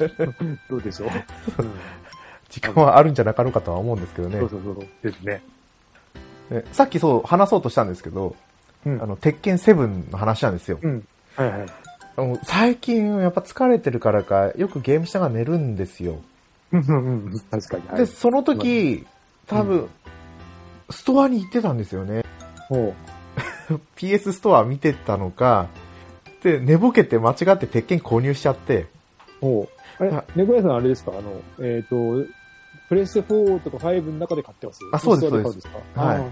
Speaker 2: どうでしょう。うん
Speaker 1: 時間はあるんじゃなかろうかとは思うんですけどね
Speaker 2: そう。そうそう。ですね。
Speaker 1: ねさっきそう、話そうとしたんですけど、
Speaker 2: うん
Speaker 1: あの、鉄拳セブンの話なんですよ。
Speaker 2: うん。はいはい。
Speaker 1: あの最近やっぱ疲れてるからか、よくゲームしたが寝るんですよ。
Speaker 2: うんうんうん確かに。は
Speaker 1: で、
Speaker 2: い。
Speaker 1: その時、多分、ストアに行ってたんですよね。
Speaker 2: も
Speaker 1: PS ストア見てたのか、で、寝ぼけて間違って鉄拳購入しちゃって、
Speaker 2: う、もう、あれ
Speaker 1: あ、
Speaker 2: 猫屋さんあれですかあの、えっと、プレステ4とか5の中で買ってます
Speaker 1: あそうです
Speaker 2: ストア買んですか
Speaker 1: はい。
Speaker 2: あー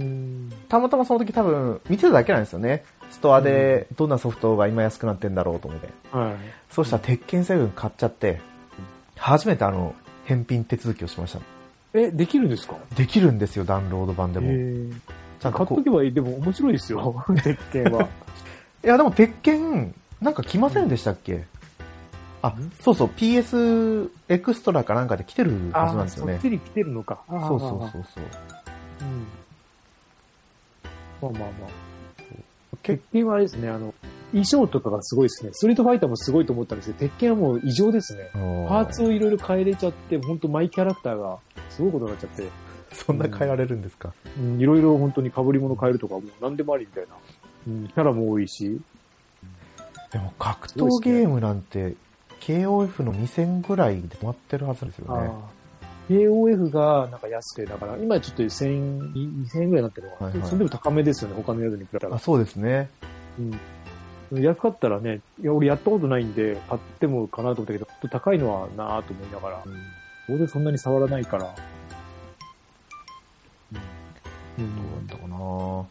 Speaker 2: うん。
Speaker 1: たまたまその時多分見てただけなんですよね。ストアでどんなソフトが今安くなってんだろうと思って。
Speaker 2: はい。
Speaker 1: そうしたら鉄拳セブン買っちゃって、初めてあの、返品手続きをしました。
Speaker 2: え、できるんですか
Speaker 1: できるんですよ、ダウンロード版で
Speaker 2: へ
Speaker 1: も。
Speaker 2: ー
Speaker 1: なん
Speaker 2: 買
Speaker 1: か
Speaker 2: っ
Speaker 1: ことう
Speaker 2: けばいい。でも面白いですよ、 鉄拳は。
Speaker 1: いや、でも、鉄拳、なんか来ませんでしたっけあ、そうそう、PS エクストラかなんかで来てるはずなんですよ
Speaker 2: そ
Speaker 1: ね
Speaker 2: っ。ちに来てるのか。あー
Speaker 1: そうそうそうそう。
Speaker 2: うん。まあまあまあ。鉄拳はあれですね、あの、衣装とかがすごいですね。ストリートファイターもすごいと思ったんですけど、鉄拳はもう異常ですね。パーツをいろいろ変えれちゃって、本当マイキャラクターがすごいことになっちゃって、
Speaker 1: そんな変えられるんですか、
Speaker 2: うんいろいろ本当に被り物変えるとか、もう何でもありみたいな。うん、キャラも多いし。
Speaker 1: でも格闘ゲームなんて KOF の2000ぐらいで止まってるはずですよね。
Speaker 2: あー AOF がなんか安くて、だから今ちょっと1000、2000円ぐらいになってるのかな。
Speaker 1: はいはい
Speaker 2: それでも高めですよね、他のやつに比べたら
Speaker 1: あ。そうですね。
Speaker 2: うん。安かったらね、いや、俺やったことないんで、買ってもかなと思ったけど、ちょっと高いのはなぁと思いながら、当然そんなに触らないから。うん。
Speaker 1: どうだったかなそ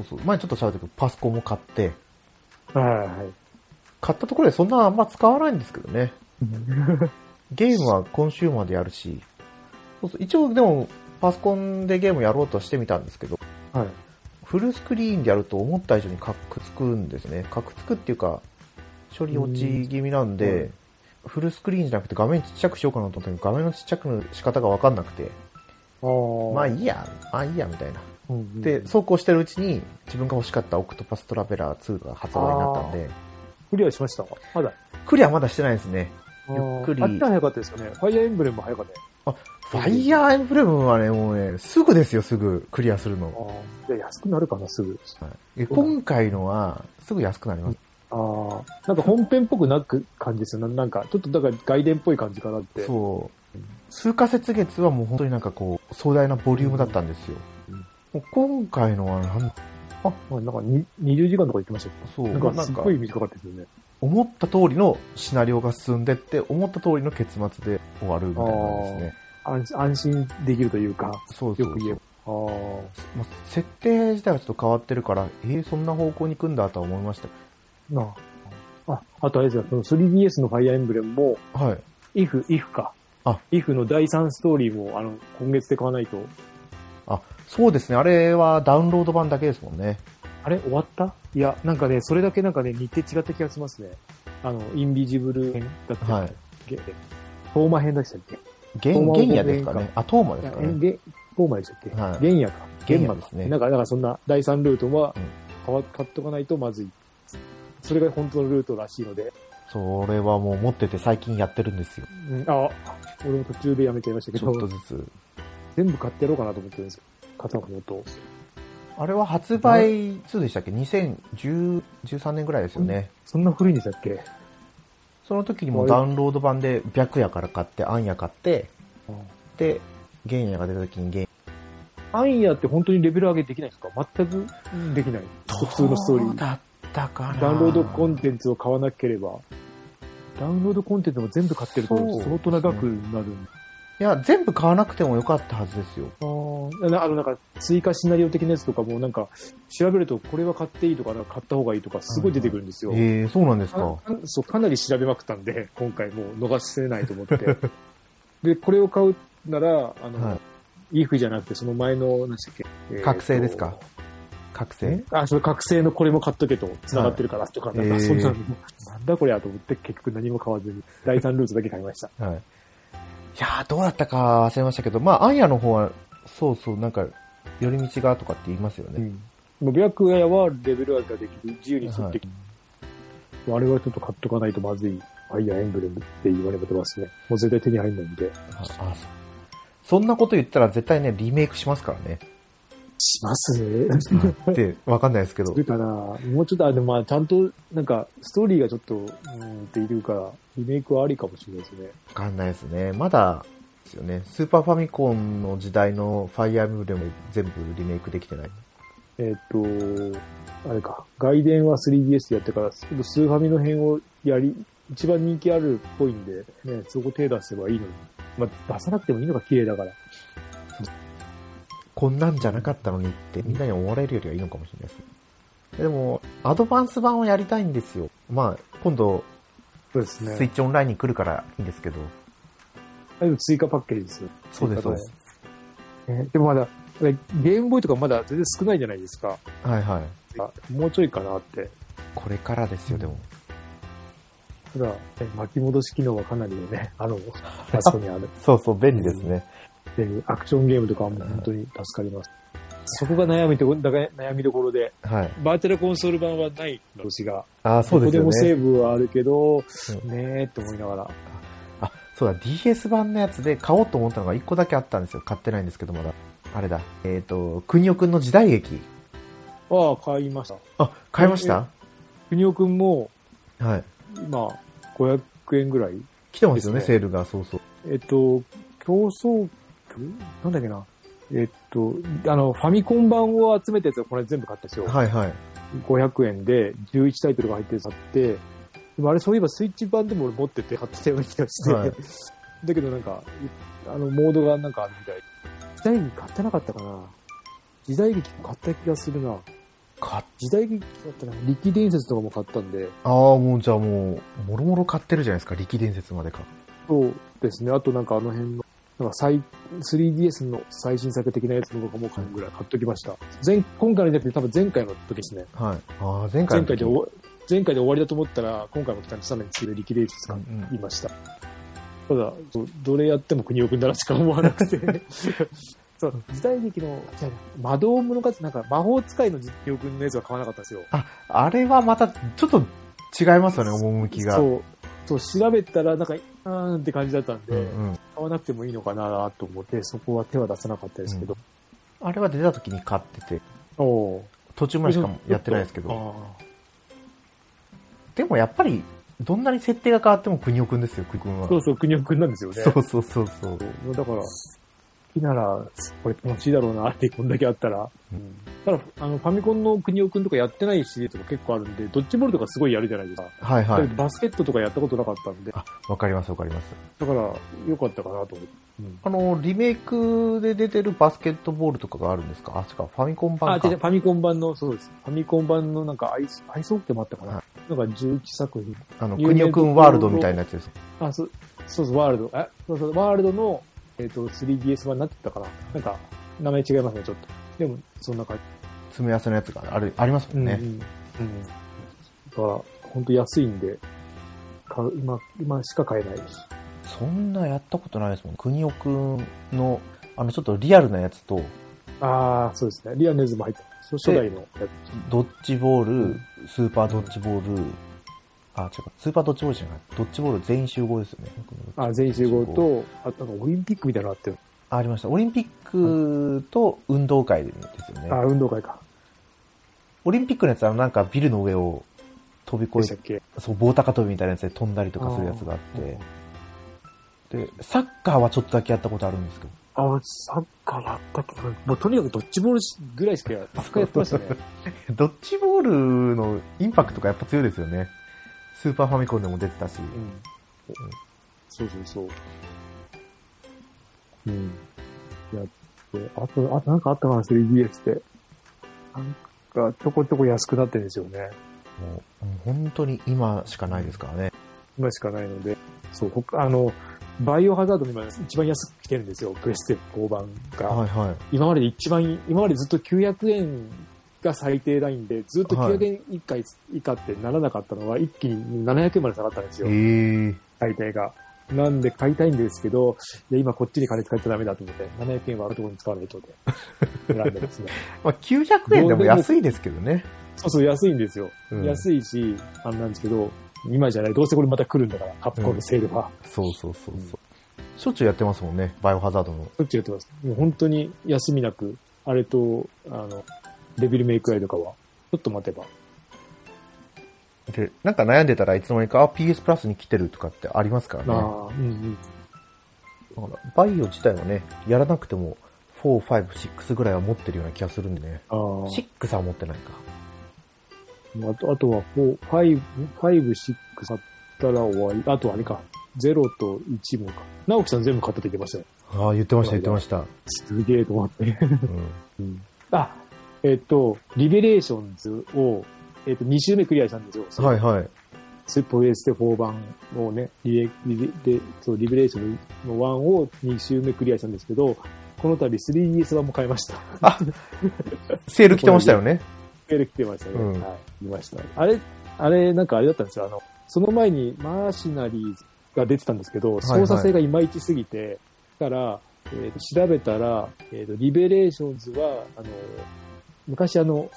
Speaker 1: うそう。前ちょっと喋ったけど、パソコンも買って、
Speaker 2: はいはい。
Speaker 1: 買ったところでそんなあんま使わないんですけどね。ゲームはコンシューマーでやるし、そうそう一応でもパソコンでゲームやろうとしてみたんですけど、
Speaker 2: はい。
Speaker 1: フルスクリーンでやると思った以上にカクつくんですね。カクつくっていうか、処理落ち気味なんで、
Speaker 2: うん
Speaker 1: フルスクリーンじゃなくて画面ちっちゃくしようかなと思ったけど、画面のちっちゃくの仕方がわかんなくて、
Speaker 2: ああ。
Speaker 1: まあいいや、まあいいや、みたいな。
Speaker 2: うんうん
Speaker 1: で、そうこうしてるうちに、自分が欲しかったオクトパストラベラー2が発売になったんで、
Speaker 2: クリアしましたまだ。
Speaker 1: クリアまだしてないですね。ゆっくり
Speaker 2: ああっちは早かったですよね。ファイアーエンブレムも早かったよ
Speaker 1: ファイアーエンブレムはね、もうね、すぐですよ、すぐクリアするの。
Speaker 2: ね。ああ。いや、安くなるかな、すぐ。
Speaker 1: はいで今回のは、すぐ安くなります。
Speaker 2: ああ。なんか本編っぽくなく感じですよ。ななんか、ちょっとだから外伝っぽい感じかなって。う。
Speaker 1: そう。数ヶ月月はもう本当になんかこう、壮大なボリュームだったんですよ。もう今回のはなん、
Speaker 2: まあ、なんかに20時間とか行きましたけ
Speaker 1: そう、
Speaker 2: ど。なんかすっ
Speaker 1: か
Speaker 2: ごい短かったですよね。
Speaker 1: 思った通りのシナリオが進んでって、思った通りの結末で終わるみたいな感じですね。
Speaker 2: 安安心できるというか、
Speaker 1: そうそう
Speaker 2: よく言えば。あー
Speaker 1: まあ設定自体はちょっと変わってるから、えー、そんな方向に行くんだとは思いました。
Speaker 2: なあ。あ、あとあれですよ、その 3DS のファイアーエンブレムも、
Speaker 1: はい。
Speaker 2: IF、IF か。
Speaker 1: あ
Speaker 2: IF の第3ストーリーも、あの、今月で買わないと。
Speaker 1: あ、そうですね。あれはダウンロード版だけですもんね。
Speaker 2: あれ終わったいや、なんかね、それだけなんかね、日程違った気がしますね。あの、インビジブル編だった
Speaker 1: は
Speaker 2: っ
Speaker 1: い。
Speaker 2: け、トーマ編でしたっけ
Speaker 1: ゲン、ゲンヤですかね。あ、トーマ
Speaker 2: い
Speaker 1: で
Speaker 2: や
Speaker 1: すか
Speaker 2: え
Speaker 1: ね。
Speaker 2: ゲトーマでしたっけ、
Speaker 1: はい
Speaker 2: ゲンヤか。
Speaker 1: ゲンヤ
Speaker 2: マ
Speaker 1: ですね
Speaker 2: なんか、なんかそんな第3ルートは
Speaker 1: うん
Speaker 2: 買わ、買っとかないとまずい。それが本当のルートらしいので。
Speaker 1: それはもう持ってて最近やってるんですよ。
Speaker 2: うん、あ、俺も途中でやめちゃいましたけ
Speaker 1: ちょ
Speaker 2: ど
Speaker 1: っ、とずつ。
Speaker 2: 全部買ってやろうかなと思ってるんですけど、買ったのと。
Speaker 1: あれは発売、いつでしたっけ ?2013 年ぐらいですよね。
Speaker 2: そんな古いんでしたっけ
Speaker 1: その時にもうダウンロード版で白夜から買って、暗夜買って、で、ゲンヤが出た時にゲン
Speaker 2: アンヤって本当にレベル上げできないんですか全くできない。普通のストーリ
Speaker 1: どう
Speaker 2: ー。
Speaker 1: だったかな。
Speaker 2: ダウンロードコンテンツを買わなければ、ダウンロードコンテンツも全部買ってると
Speaker 1: そうですね
Speaker 2: 相当長くなるんだ。
Speaker 1: いや、全部買わなくてもよかったはずですよ。
Speaker 2: あーなあの、なんか、追加シナリオ的なやつとかも、なんか、調べると、これは買っていいとか、なんか買った方がいいとか、すごい出てくるんですよ。
Speaker 1: ええそうなんですか。
Speaker 2: かそうかなり調べまくったんで、 今回もう逃せないと思って。 で、これを買うなら、あの、
Speaker 1: はい
Speaker 2: イーフじゃなくて、その前の、何でしたっけ、えーと
Speaker 1: 覚醒ですか覚醒
Speaker 2: あ、その覚醒のこれも買っとけと、繋がってるからとか、なん
Speaker 1: へ
Speaker 2: か、
Speaker 1: ー
Speaker 2: そんなの、なんだこれやと思って、結局何も買わずに、第3ルートだけ買いました。
Speaker 1: はい。いやー、どうだったか忘れましたけど、まあ、アンヤの方は、そうそう、なんか、寄り道がとかって言いますよ
Speaker 2: う
Speaker 1: ね。
Speaker 2: ん。もう、白夜はレベル上げができる、自由に取ってきる、あれはちょっと買っとかないとまずい、ファイアーエンブレムって言われてますね。もう絶対手に入んないんで。
Speaker 1: ああそうそんなこと言ったら絶対ね、リメイクしますからね。
Speaker 2: しますね。
Speaker 1: って、わかんないですけど
Speaker 2: す。るかなもうちょっと、あ、でもまあ、ちゃんと、なんか、ストーリーがちょっと、うーんっているから、リメイクはありかもしれないですね。
Speaker 1: わかんないですね。まだ、ですよね。スーパーファミコンの時代のファイアーエムブレム全部リメイクできてない。
Speaker 2: えっ、と、あれか、外伝は 3DS でやってから、スーファミの辺をやり、一番人気あるっぽいんで、ね、そこ手出せばいいのに。まあ、出さなくてもいいのが綺麗だから。
Speaker 1: こんなんじゃなかったのにってみんなに思われるよりはいいのかもしれないですね。でも、アドバンス版をやりたいんですよ。まあ、今度、
Speaker 2: そうです
Speaker 1: スイッ。チオンラインに来るからいいんですけど。
Speaker 2: あでも追加パッケージですよ。
Speaker 1: そうです、そうです。
Speaker 2: えでもまだ、ゲームボーイとかまだ全然少ないじゃないですか。
Speaker 1: はいはい。
Speaker 2: あもうちょいかなって。
Speaker 1: これからですよ、でも。
Speaker 2: ただ、ね巻き戻し機能はかなりね、 あの、あそこにある。
Speaker 1: そうそう、便利ですね。
Speaker 2: で、アクションゲームとかはもう本当に助かります。そこが悩みとこ、だから悩みどころで、
Speaker 1: はい。
Speaker 3: バーチャルコンソール版はないの
Speaker 2: 星が。
Speaker 1: ああ、そうですよ
Speaker 2: ここでも
Speaker 1: ね。
Speaker 2: セーブはあるけど、
Speaker 1: うん
Speaker 2: ねえって思いながら。
Speaker 1: あ、そうだ、DS 版のやつで買おうと思ったのが1個だけあったんですよ。買ってないんですけど、まだ。あれだ。えっ、と、くにおくんの時代劇。
Speaker 2: ああ、買いました。
Speaker 1: あ、買いました
Speaker 2: 国尾くんも、
Speaker 1: はい。
Speaker 2: 今、500円ぐらい。
Speaker 1: 来てますよね、
Speaker 2: です
Speaker 1: セ
Speaker 2: ね
Speaker 1: ールが。そうそう。
Speaker 2: えっと、競争曲なんだっけな。えっと、あの、ファミコン版を集めたやつをこれ全部買ったんですよ。
Speaker 1: はいはい。
Speaker 2: 500円で11タイトルが入ってるやつ買って、でもあれそういえばスイッチ版でも俺持ってて買ってたような気がして、
Speaker 1: はい
Speaker 2: だけどなんか、いあの、モードがなんかあるみたい。時代劇買ってなかったかな時代劇も買った気がするな。
Speaker 1: 買っ
Speaker 2: 時代劇だったな。力伝説とかも買ったんで、
Speaker 1: ああ、もうじゃあもう、もろもろ買ってるじゃないですか、力伝説までか。
Speaker 2: そうですね。あとなんかあの辺の、なんか最、3DS の最新作的なやつとかも買うぐらい買っときました。前、今回のじゃなくて多分前回の時ですね。
Speaker 1: はい。ああ、前回
Speaker 2: 前
Speaker 1: の
Speaker 2: 回で
Speaker 1: 時
Speaker 2: 終わ、前回で終わりだと思ったら、今回も来たんでさらに強い力レース買
Speaker 1: うんうん
Speaker 2: いました。ただ、そうどれやっても国尾くんだなしか思わなくて。そう、時代劇の、じゃあ魔導物語、なんか魔法使いの実況くんのやつは買わなかったんですよ。
Speaker 1: あ、あれはまた、ちょっと違いますよね、趣が。
Speaker 2: そう。そう、調べたら、なんか、うーんって感じだったん
Speaker 1: う
Speaker 2: で、
Speaker 1: んうん。
Speaker 2: 買わなくてもいいのかなと思って、そこは手は出さなかったですけど。
Speaker 1: あれは出た時に買ってて、
Speaker 2: お
Speaker 1: 途中ま
Speaker 2: お。
Speaker 1: でしかやってないですけど。
Speaker 2: あ
Speaker 1: でもやっぱり、どんなに設定が変わっても国尾くんですよ、国尾くん
Speaker 2: あ
Speaker 1: は。
Speaker 2: そうそう、国尾くんなんですよね。
Speaker 1: そうそうそうそう。
Speaker 2: もうだから、好きなら、これ楽しいだろうなって、こんだけあったら。
Speaker 1: うん
Speaker 2: ただ、あの、ファミコンの国尾くんとかやってないシリーズも結構あるんで、ドッジボールとかすごいやるじゃないですか。
Speaker 1: はいは
Speaker 2: だ
Speaker 1: い
Speaker 2: け。どバスケットとかやったことなかったんで、だか
Speaker 1: あ、わかりますわかります。
Speaker 2: ら、よかったかなと思って。うん
Speaker 1: あの、リメイクで出てるバスケットボールとかがあるんですかあ、違う、ファミコン
Speaker 2: あ、
Speaker 1: 版か。
Speaker 2: 違う、ファミコン版の、そうです。ファミコン版のなんかアイス、アイスホッケーもあったかな。
Speaker 1: は
Speaker 2: なんか11作品。
Speaker 1: あの、
Speaker 2: 有名
Speaker 1: 国尾くんワールドみたいなやつです。
Speaker 2: あ、そう、そうそう、ワールド。え、そうそう、ワールドの、えっ、と、3DS 版になってたかな。なんか、名前違いますね、ちょっと。でも、そんな感じ。
Speaker 1: 詰め合わせのやつがある、ありますもんね
Speaker 2: う。ん。うん。だから、本当安いんで、買う今、今しか買えないです。
Speaker 1: そんなやったことないですもん。国尾くんの、あの、ちょっとリアルなやつと、
Speaker 2: ああ、そうですね。リアネズも入ってます初代のやつ。
Speaker 1: ドッジボール、スーパードッジボール、あ、違う、スーパードッジボールじゃない。ドッジボール全員集合ですよね。
Speaker 2: あ、全員集合と、あとなんかオリンピックみたいなのあってる。
Speaker 1: あありました。オリンピックと運動会ですよね。
Speaker 2: あ、運動会か。
Speaker 1: オリンピックのやつはなんかビルの上を飛び
Speaker 2: で
Speaker 1: 越
Speaker 2: した
Speaker 1: え
Speaker 2: っけ
Speaker 1: て、そう、棒高跳びみたいなやつで飛んだりとかするやつがあって、で、サッカーはちょっとだけやったことあるんですけど、
Speaker 2: あ、サッカーやったけど、もうとにかくドッジボールぐらいしかやサッカーやってましたね。
Speaker 1: ドッジボールのインパクトがやっぱ強いですよね。スーパーファミコンでも出てたし。
Speaker 2: うん。そうそうそう。うん。やって、あと、あとなんかあったかな、3DS って。なんか、ちょこちょこ安くなってるんですよね。
Speaker 1: もうもう本当に今しかないですからね。
Speaker 2: 今しかないので。そう、他、あの、バイオハザードに今一番安く来てるんですよ、プレステ5版が。
Speaker 1: はいはい。
Speaker 2: 今までで一番、今までずっと900円が最低ラインで、ずっと900円以下,、以下ってならなかったのは、一気に700円まで下がったんですよ。
Speaker 1: ええ
Speaker 2: 大体が。なんで買いたいんですけど、いや今こっちに金使っちゃダメだと思って、700円はあるところに使わないとで、 選んでですね。
Speaker 1: まあ900円でも安いですけどね。
Speaker 2: そうそう、安いんですよ。
Speaker 1: うん
Speaker 2: 安いし、あれなんですけど、今じゃない、どうせこれまた来るんだから、カプコンのセールは。
Speaker 1: そうそうそうそう。しょっちゅうやってますもんね、バイオハザードの。
Speaker 2: そっちやってます。もう本当に休みなく、あれと、あの、デビルメイクアイとかは、ちょっと待てば。
Speaker 1: で、なんか悩んでたらいつの間にか、あ、PS プラスに来てるとかってありますからね。
Speaker 2: あ
Speaker 1: だか
Speaker 2: あ、うんうん。
Speaker 1: らバイオ自体はね、やらなくても、4、5、6ぐらいは持ってるような気がするんでね。
Speaker 2: ああ。
Speaker 1: 6は持ってないか。
Speaker 2: あと、あとは、4、5、5、6買ったら終わり。あとあれか。0と1もか。直樹さん全部買ったって言ってましたね。
Speaker 1: ああ、言ってました、言ってました。
Speaker 2: すげえと思って。
Speaker 1: うん。
Speaker 2: あ、えっと、リベレーションズを、えっと、2周目クリアしたんですよ。
Speaker 1: はいはい。
Speaker 2: スプレステ4版をね、リベリベでそうリベレーションの1を2周目クリアしたんですけど、この度 3DS 版も買いました。
Speaker 1: セール来てましたよね。
Speaker 2: メール来てましたね。
Speaker 1: うん
Speaker 2: はい。見ました。あれ、あれ、なんかあれだったんですよ。あの、その前にマーシナリーズが出てたんですけど、
Speaker 1: いはい
Speaker 2: 操作性がいまいちすぎて、だから、えーと調べたら、えーと、リベレーションズは、あの、昔あの、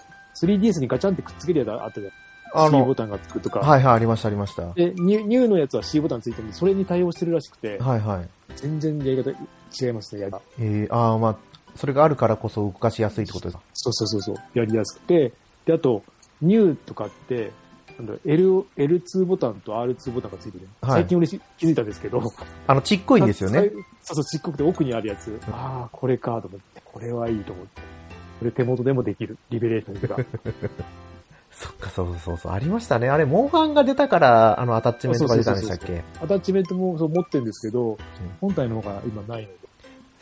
Speaker 2: 3DS にガチャンってくっつけるやつあったじゃん。
Speaker 1: あ
Speaker 2: C ボ
Speaker 1: の、
Speaker 2: タンがつくとか。
Speaker 1: はいはい、ありました、ありました。は
Speaker 2: でニュ、ニューのやつは C ボタンついてるんで、それに対応してるらしくて、
Speaker 1: いはい。
Speaker 2: 全然やり方違いますね、やり方。
Speaker 1: えー、ああ、まあ、それがあるからこそ動かしやすいってことですか。
Speaker 2: そうそうそうそう、やりやすくて、で、あと、ニューとかって、なんだろう L、L2 ボタンと R2 ボタンがついてる。
Speaker 1: はい
Speaker 2: 最近俺し気づいたんですけど。
Speaker 1: あの、ちっこいんですよね。。
Speaker 2: そうそう、ちっこくて奥にあるやつ。ああ、これかと思って、これはいいと思って。これ手元でもできる。リベレーション とか。
Speaker 1: そっか、そうそうそうそう、ありましたね。あれ、モンハンが出たから、あの、アタッチメントが出たんでしたっ
Speaker 2: そう
Speaker 1: け
Speaker 2: アタッチメントもそう持ってるんですけど、本体の方が今ないので。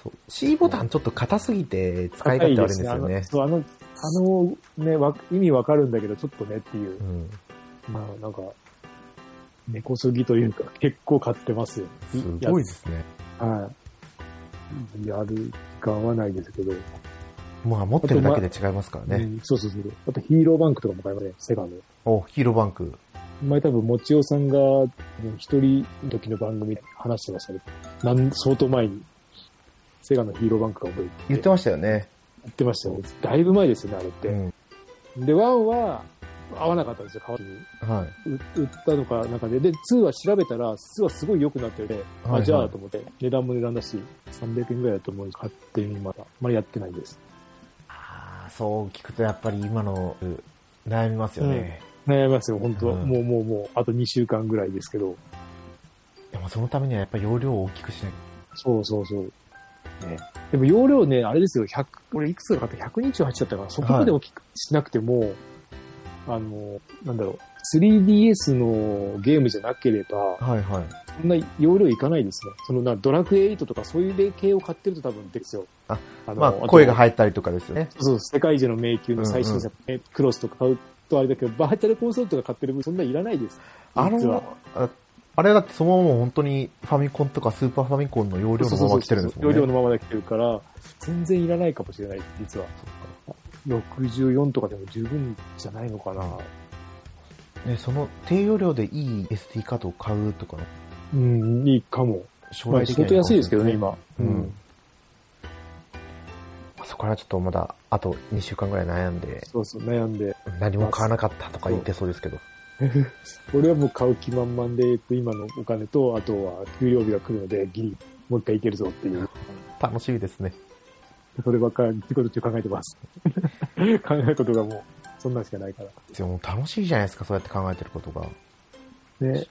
Speaker 1: そう C ボタンちょっと硬すぎて使い勝手悪いんですよ
Speaker 2: 高い
Speaker 1: ね
Speaker 2: で。すあの、そうあの、ね、わ意味わかるんだけど、ちょっとねっていう
Speaker 1: う。ん、
Speaker 2: まあ、なんか、根こそぎというか、結構買ってますよ。
Speaker 1: すごいですね。
Speaker 2: はい。やるかはないですけど。
Speaker 1: まあ持ってるだけで違いますからね。
Speaker 2: うんそうそうそう。あとヒーローバンクとかも買いましたね、セガの。
Speaker 1: お、ヒーローバンク。
Speaker 2: 前多分、もちおさんが、うん一人の時の番組で話してましたね。なん、相当前に。セガのヒーローバンクが覚えて。
Speaker 1: 言ってましたよね。
Speaker 2: 言ってましたよね。だいぶ前ですよね、あれって。
Speaker 1: うん。
Speaker 2: で、ワンは、合わなかったんですよ、川に。
Speaker 1: は
Speaker 2: う売ったのかなんかで、で、2は調べたら、2はすごい良くなってて、
Speaker 1: はいはい
Speaker 2: あ、じゃあと思って、値段も値段だし、300円ぐらいだと思うんで、買ってみまだ。あんまりやってないです。
Speaker 1: い。そう聞くとやっぱり今のう悩みますよね。
Speaker 2: 悩みますよ、本当、
Speaker 1: うん
Speaker 2: もうもうもう、あと2週間ぐらいですけど。
Speaker 1: でもそのためにはやっぱり容量を大きくしなき
Speaker 2: そうそうそう。ね、でも容量ね、あれですよ、100、俺いくつか買った ?128 だったから、そこまで大きくしなくても、あの、なんだろう、3DS のゲームじゃなければ、
Speaker 1: ゃ。はいはい。
Speaker 2: そんな容量いかないですね。そのな、ドラクエ8とかそういう系を買ってると多分ですよ。
Speaker 1: あ、
Speaker 2: あ
Speaker 1: まあ声が
Speaker 2: る。
Speaker 1: 入ったりとかですよね。
Speaker 2: そう、世界中の迷宮の最新作、ねクロスとか買うとあれだけど、バーチャルコンソールとか買ってる分そんないらないです。
Speaker 1: あ
Speaker 2: 実は
Speaker 1: の、ああれだってそのままもう本当にファミコンとかスーパーファミコンの容量のまま来てるんですもんね。
Speaker 2: 容量のままで来てるから、全然いらないかもしれない、実は。64とかでも十分じゃないのかな。
Speaker 1: ね、その低容量でいい SD カードを買うとかの
Speaker 2: うん、いいかも。
Speaker 1: 将
Speaker 2: ま
Speaker 1: 来
Speaker 2: あ、
Speaker 1: 的
Speaker 2: 相当安いですけどね、
Speaker 1: 今。
Speaker 2: 今。
Speaker 1: うん。そこからちょっとまだ、あと2週間ぐらい悩んで、
Speaker 2: そうそう、悩んで。
Speaker 1: 何も買わなかったとか言ってそうですけど。
Speaker 2: 俺はもう買う気満々で、えっと今のお金と、あとは給料日が来るので、ギリ、もう一回いけるぞっていう、
Speaker 1: 楽しみですね。
Speaker 2: そればっかり、ってこと中考え てます。考えることがもう、そんなんしかないから。
Speaker 1: でも楽しいじゃないですか、そうやって考えてることが。
Speaker 2: ね、